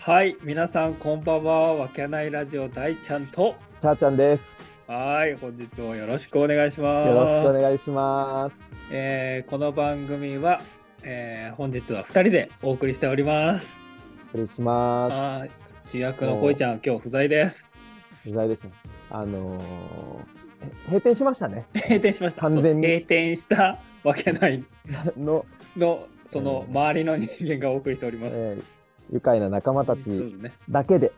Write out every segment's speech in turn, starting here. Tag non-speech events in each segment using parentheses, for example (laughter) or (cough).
はい、皆さんこんばんは。わけないラジオ大ちゃんと。チャーちゃんです。はい、本日もよろしくお願いします。よろしくお願いします。えーこの番組は、えー本日は二人でお送りしております。お願いしまはい、主役のこいちゃん、今日不在です。す。取材ですね。あのーえ閉店しま (laughs) したね。閉店しました。完全にそう閉店したわけないの、の、そのうん周りの人間がお送りしております。えー愉快な仲間たそうでちすね。だ (laughs) けで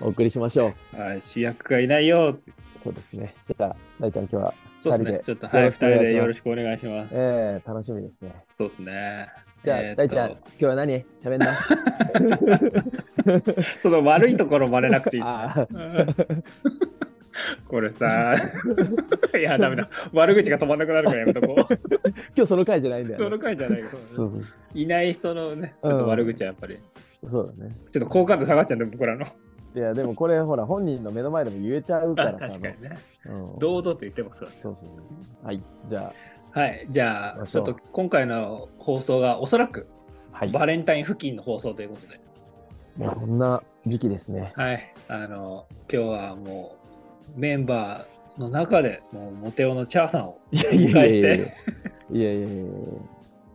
お送りしましょう。はい、主役がいないよ。そうですね。じゃあ、大ちゃん今日は、そうですね。ち二人でょっと、はい、よ二ろしく人お願いしますでよろしくお願いします。えー、楽しみですね。そうですね。じゃあ、えーっと大ちゃん、今日は何喋んな。その悪いところバレなくていい。あー (laughs) (laughs) これさ、いや、ダメだ。悪口が止まんなくなるからやめとこう。今日その回じゃないんだそよ、ねの。回じゃないよ。そういない人のね、ちょっと悪口はやっぱり、そうだね。ちょっと好感度下がっちゃうんだよ、僕らの。いや、でもこれ、ほら、本人の目の前でも言えちゃうから (laughs) 確さ。かにね。うん堂々と言ってますからねそうそう。はい。じゃはい、じゃあ、行きまちしょょうっと今回の放送がおそらくあ、はい。バレンタイン付近の放送ということで、もうこんな時期ですね。はい、あの、今日はもう、メンバーの中で、もう、モテオのチャーさんを、いやいやいやいやいやいやいや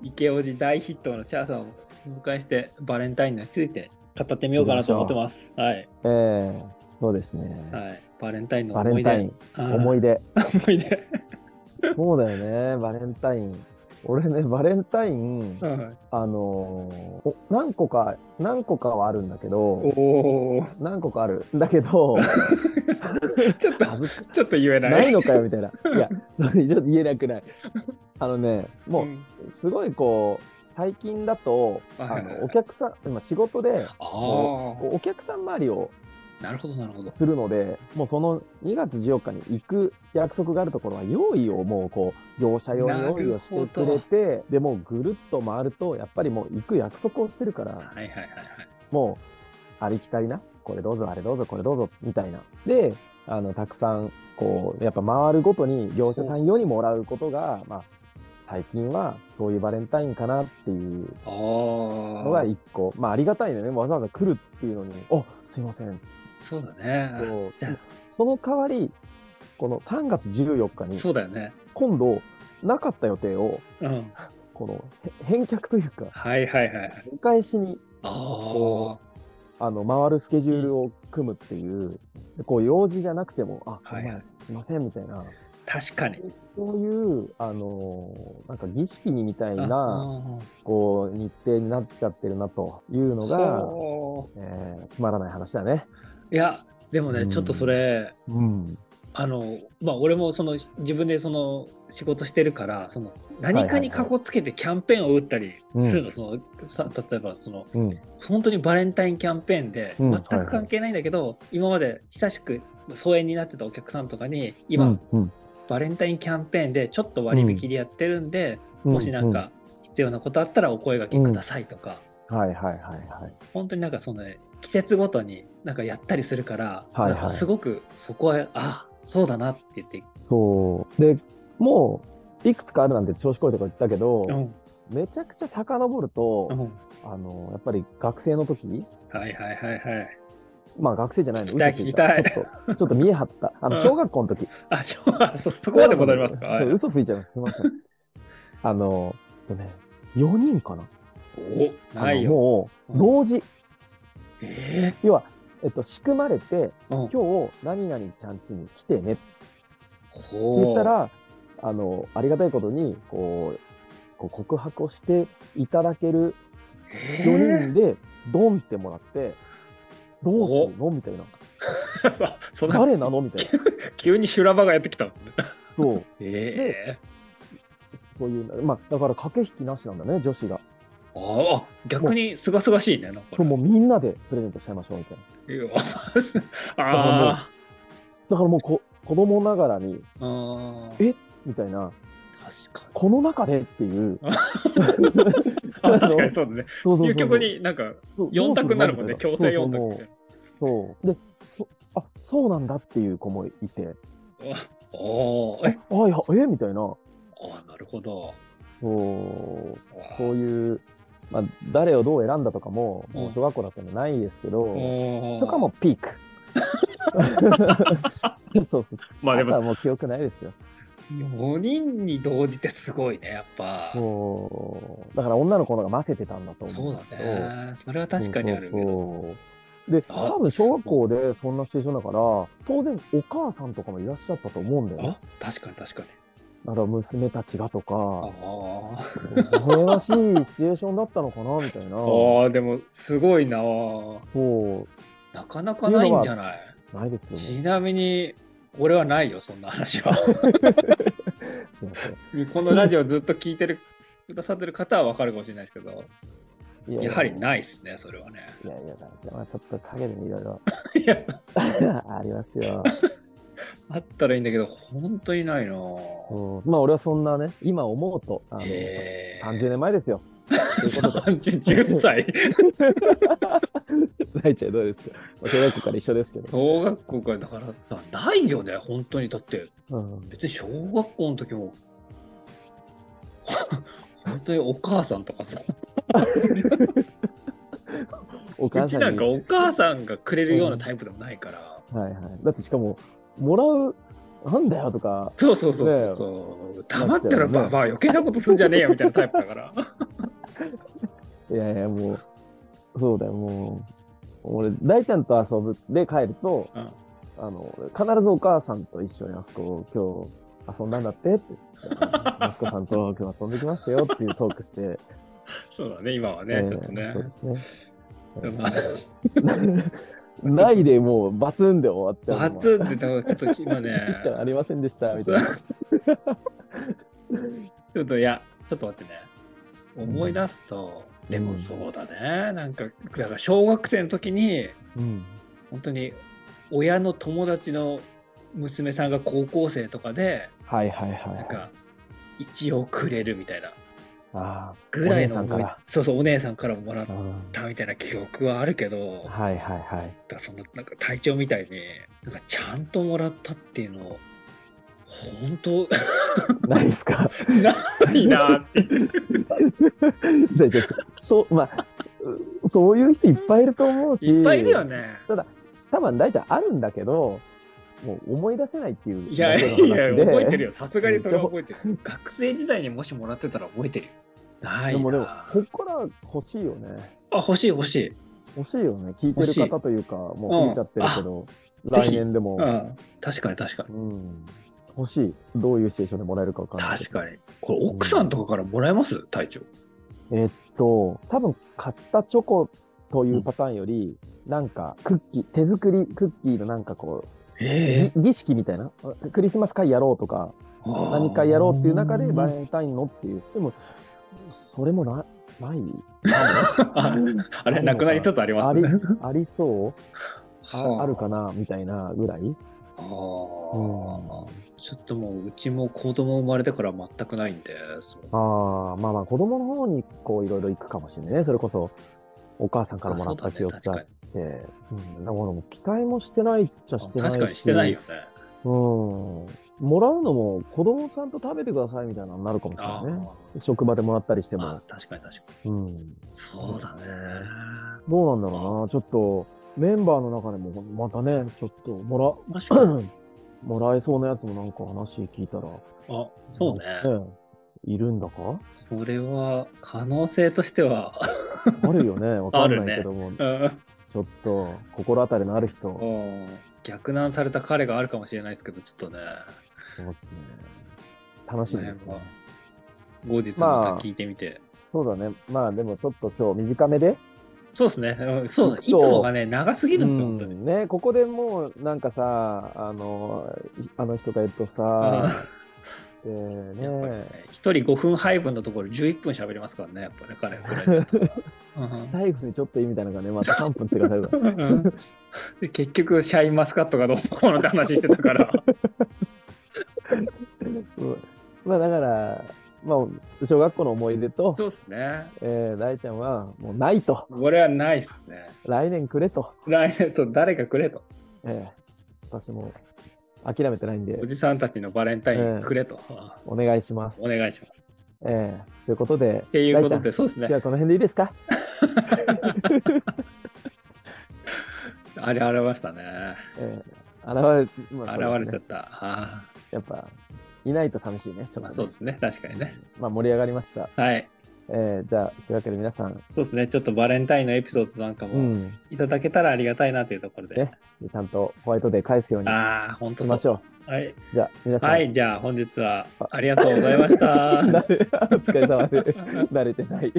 池王子大筆頭のチャーさんをお迎えして、バレンタインについて語ってみようかなと思ってます。はい。ええそうですね。はい、バレンタインのバ思レいン出。タイン、思いい出。思い出。そうだよね、バレンタイン。俺ね、バレンタインう、んあのーお何個か、何個かはあるんだけど、おお、何個かあるんだ (laughs) けど、ちょっあと、ぶちょっと言えない。ないのかよみたいな。いや、それちょっと言えなくない。あのね、もんう、すごいこう、最近だと、はあいはいはいのお客さん、今仕事で、あこうお客さん周りをあ、なるほど、なるほど。するので、もうその2月14日に行く約束があるところは、用意をもうこう、業者用に用意をしてくれて、で、もうぐるっと回ると、やっぱりもう行く約束をしてるから、はいはいはいはい。もう、ありきたりな、これどうぞ、あれどうぞ、これどうぞ、みたいな。で、あの、たくさん、こう、やっぱ回るごとに、業者さん用にもらうことが、まあ、最近は、そういうバレンタインかなっていうあのがあ、一個。まあ、ありがたいのね。わざわざ来るっていうのに、おすいません、そうだね。そうじゃあその代わり、この3月14日に、そうだよね。今度、なかった予定を、うん。このへ返却というか、はいはいはいはい。お返しにああこ、あの回るスケジュールを組むっていう、こう用事じゃなくても、あ、はいお前、すいませんみたいな、確かに。そういう、あのーなんか儀式にみたいな、あこう、日程になっちゃってるなというのあが、ほえーつまらない話だね。ういや、でもね、うんちょっとそれ、うん。あの、まあ、俺もその自分でその仕事してるから、その何かにかこつけてキャンペーンを打ったりするの、そのさ例えばその、うん。本当にバレンタインキャンペーンで、うん全く関係ないんだけど、今まで久しく疎遠になってたお客さんとかに、今、うん、うんバレンタインキャンペーンでちょっと割引でやってるんで、もしなん、か必要なことあったらお声掛けくださいとか、うんはいはいはいはい。本当になんかその、ね、季節ごとになんかやったりするから、はいはいなんかすごくそこは、あそうだなって言って、そう。で、もう、いくつかあるなんて調子こいとか言ったけど、うん、めちゃくちゃ遡ると、うんあの、やっぱり学生の時、はいはいはいはい。まあ学生じゃないの、聞きたい聞き嘘つたいちょっと、ちょっと見え張った。あの、うん小学校の時。あ、しょ (laughs) うがそ、そこまで戻りますか。そうはい嘘ついちゃいます。すみません。あの、えっとね、4人かな。お、あのないよ。もうう、ん同時、え要は、えっと、仕組まれて、ー、うん、今日、何々ちゃん家に来てねってほう言ったら、あの、ありがたいことに、こう、こう告白をしていただけるえー4人でドンってもらって、どうするのみたいな。さそんな誰なのみたいな。急に修羅場がやってきたのね。そう。えそういう、まあ、だから駆け引きなしなんだね、女子が。えああ、逆にすがすがしいね、なんかもうみんなでプレゼントしちゃいましょう、みたいな。いい (laughs) よ。あだからもうこ、子供ながらに、ーあー、えみたいな、確かこの中でっ (laughs) ていう。に。あ確かにそうだね。そうそうそう究極になんかそう4択になるもんね、どう強する制の4みたいな択そうそうそう。で、そ、あ、そうなんだっていう子もいて、おおー、えあ、はいはい、えみたいな。あーなるほど。そう、わそういう、まあ、誰をどう選んだとかも、もう小学校だったのないですけど、とかもピーク。そうそう。まあであとはも、もう記憶ないですよ。 4人に同時ってすごいね、やっぱ。もう、だから女の子の方が負けてたんだとそ思ううんだですけど。ね。それは確かにあるけそうど。そうそうで、あ多分小学校でそんなシチュエーションだから、当然お母さんとかもいらっしゃったと思うんだよね。あ確かに確かに。だから娘たちがとあか、あ。羨ましいシチュエーションだったのかなみたいな。ああ、でも、すごいな。そ、なかなかないんじゃないうないですよね。ちなみに、俺はないよ、そんな話は。すいませこのラジオずっと聞いてる、くださってる方はわかるかもしれないですけど、ん。いいやはりないですね、それはね。いやいや、まあ、ちょっと陰でねいろいろ (laughs) いや、 (laughs) ありますよ。あったらいいんだけど、本当にないな。うんまあ俺はそんなね、今思うと、あのえー30年前ですよ。ということで、 30歳大ちゃんどうですか、ま (laughs) あ小学校から一緒ですけど。小学校からだからさないよね本当にだって (laughs) うん、別に小学校の時も (laughs) 本当にお母さんとかさおう母ちさなんんに。かお母さんがくれるようなタイプでもないから、はいはい。だってしかも、もらう、なんだよとか、そうそうそうそうそう黙ってだらってねばばあ余計なことすんじゃねえよみたいなタイプだから (laughs) いやいや、もう、そうだよ、もう、俺、大ちゃんと遊ぶで帰ると、うんあの、必ずお母さんと一緒にあそこ、今日遊んだんだって (laughs) って、息子さんと今日遊んできましたよっていうトークして、そうだね今はね、えーちょっとねそうですね。まあ (laughs) ないでもうバツンで終わっちゃう。バツってちょっと今ピねッチちャょーありませんでしたみたいな。っといや (laughs) ちょっと待ってね思い出すと、でもそうだねなんかだから小学生の時にうん。本当に親の友達の娘さんが高校生とかではいはいなんはい。か一応くれるみたいなあぐらいのお姉さんからそうそうお姉さんからもらっあ、うん。たみたいな記憶はあるけどだかはいはいはい。らそのなんか体調みたいになんかちゃんともらったっていうのを本当ないですか。ないなってでじゃあそう、まあ、うそういう人いっぱいいると思うし、いっぱいいるよね。ただ、多分大ちゃんあるんだけど、もう思い出せないっていういやいだやけいの話やで覚えてるよさすがにそれは覚えてる学生時代にもしもらってたら覚えてるよないでなもでも、ここから欲しいよね。あ欲しい欲しい欲しいよね。聞いてる方というか、もう過ぎちゃってるけど、んあ来年でも。うん確かに確かにうん欲しい。どういうシチュエーションでもらえるかわかんないけど。確かに。これ、奥さんとかからもらえます隊長。えっと、多分買ったチョコというパターンより、なんかクッキー、手作りクッキーのなんかこう、え儀儀式みたいな、クリスマス会やろうとか、え何かやろうっていう中でバレンタインのっていう。でも、それもな、ない。 (laughs) ああれ、なくなりつつありまあすりね。、ありそうはあるかなみたいなぐらい。あーちょっともう、うちも子供生まれてから全くないんで、そうああ、まあまあ子供の方にこういろいろ行くかもしれないね。それこそお母さんからもらった記憶そうがあだっねて。うん、だからもう期待もしてないっちゃし確てかにな確かいし。にしてないよね。うん。もらうのも子供さんと食べてくださいみたいなのになるかもしれあなーいね。職場でもらったりしてあも。ー、確かに確かに。うん。そうだね。どうなんだろうな。ちょっとメンバーの中でもまたね、ちょっとも確かに。ら、 (clears throat) もらえそうなやつもなんか話聞いたら。あ、そうね。ねいるんだかそれは、可能性としては、 (laughs) あるよね。わかんないけども。うんちょっと心当たりのある人。うん逆難された彼があるかもしれないですけど、ちょっとね。そうですね。楽しみですその辺ねは後日ままあた聞いてみて。そうだね。まあでもちょっと今日短めで。そうですね。うんそうだ。いちつょっともがね、長すぎるんですよ、本当に。ん、ね、ここでもうなんかさ、あの、いあの人がいるとさ、えーうんやっぱりね、ね、一人5分配分のところ11分喋りますからね、やっぱね、彼ぐらいだったらうん最後にちょっといいみたいなのがね、また3分ってかされた。うんで結局、シャインマスカットがどうのこうのって話してたから。うんまあだから、まあ、小学校の思い出と、そうですね。えー、大ちゃんはもうないと。これはないですね。来年くれと。来年、そう、誰かくれと。えー、私も諦めてないんでお、じさんたちのバレンタイえンえくれと。お願いしますお。願いします。ええということで、っていうこと大で、そうですじゃね。あこの辺でいいですかあれ、現れましたね。ええ現れ、まあ現そうれでちゃすねった。あやっぱ、いないと寂しいね、ちーょまっあ、とそね、うですね。確かにね。まあ、盛り上がりました。はい。ええじゃあ、というわけで皆さん、そうですね。ちょっとバレンタインのエピソードなんかうもん、いただけたらありがたいなというところで。ねちゃんとホワイトデー返すようにああ、本し当ましそう。ょはい。う。じゃあ、皆さん、は (laughs) い。じゃあ、本日はありがとうございました。慣れお疲れ様で、慣れてない。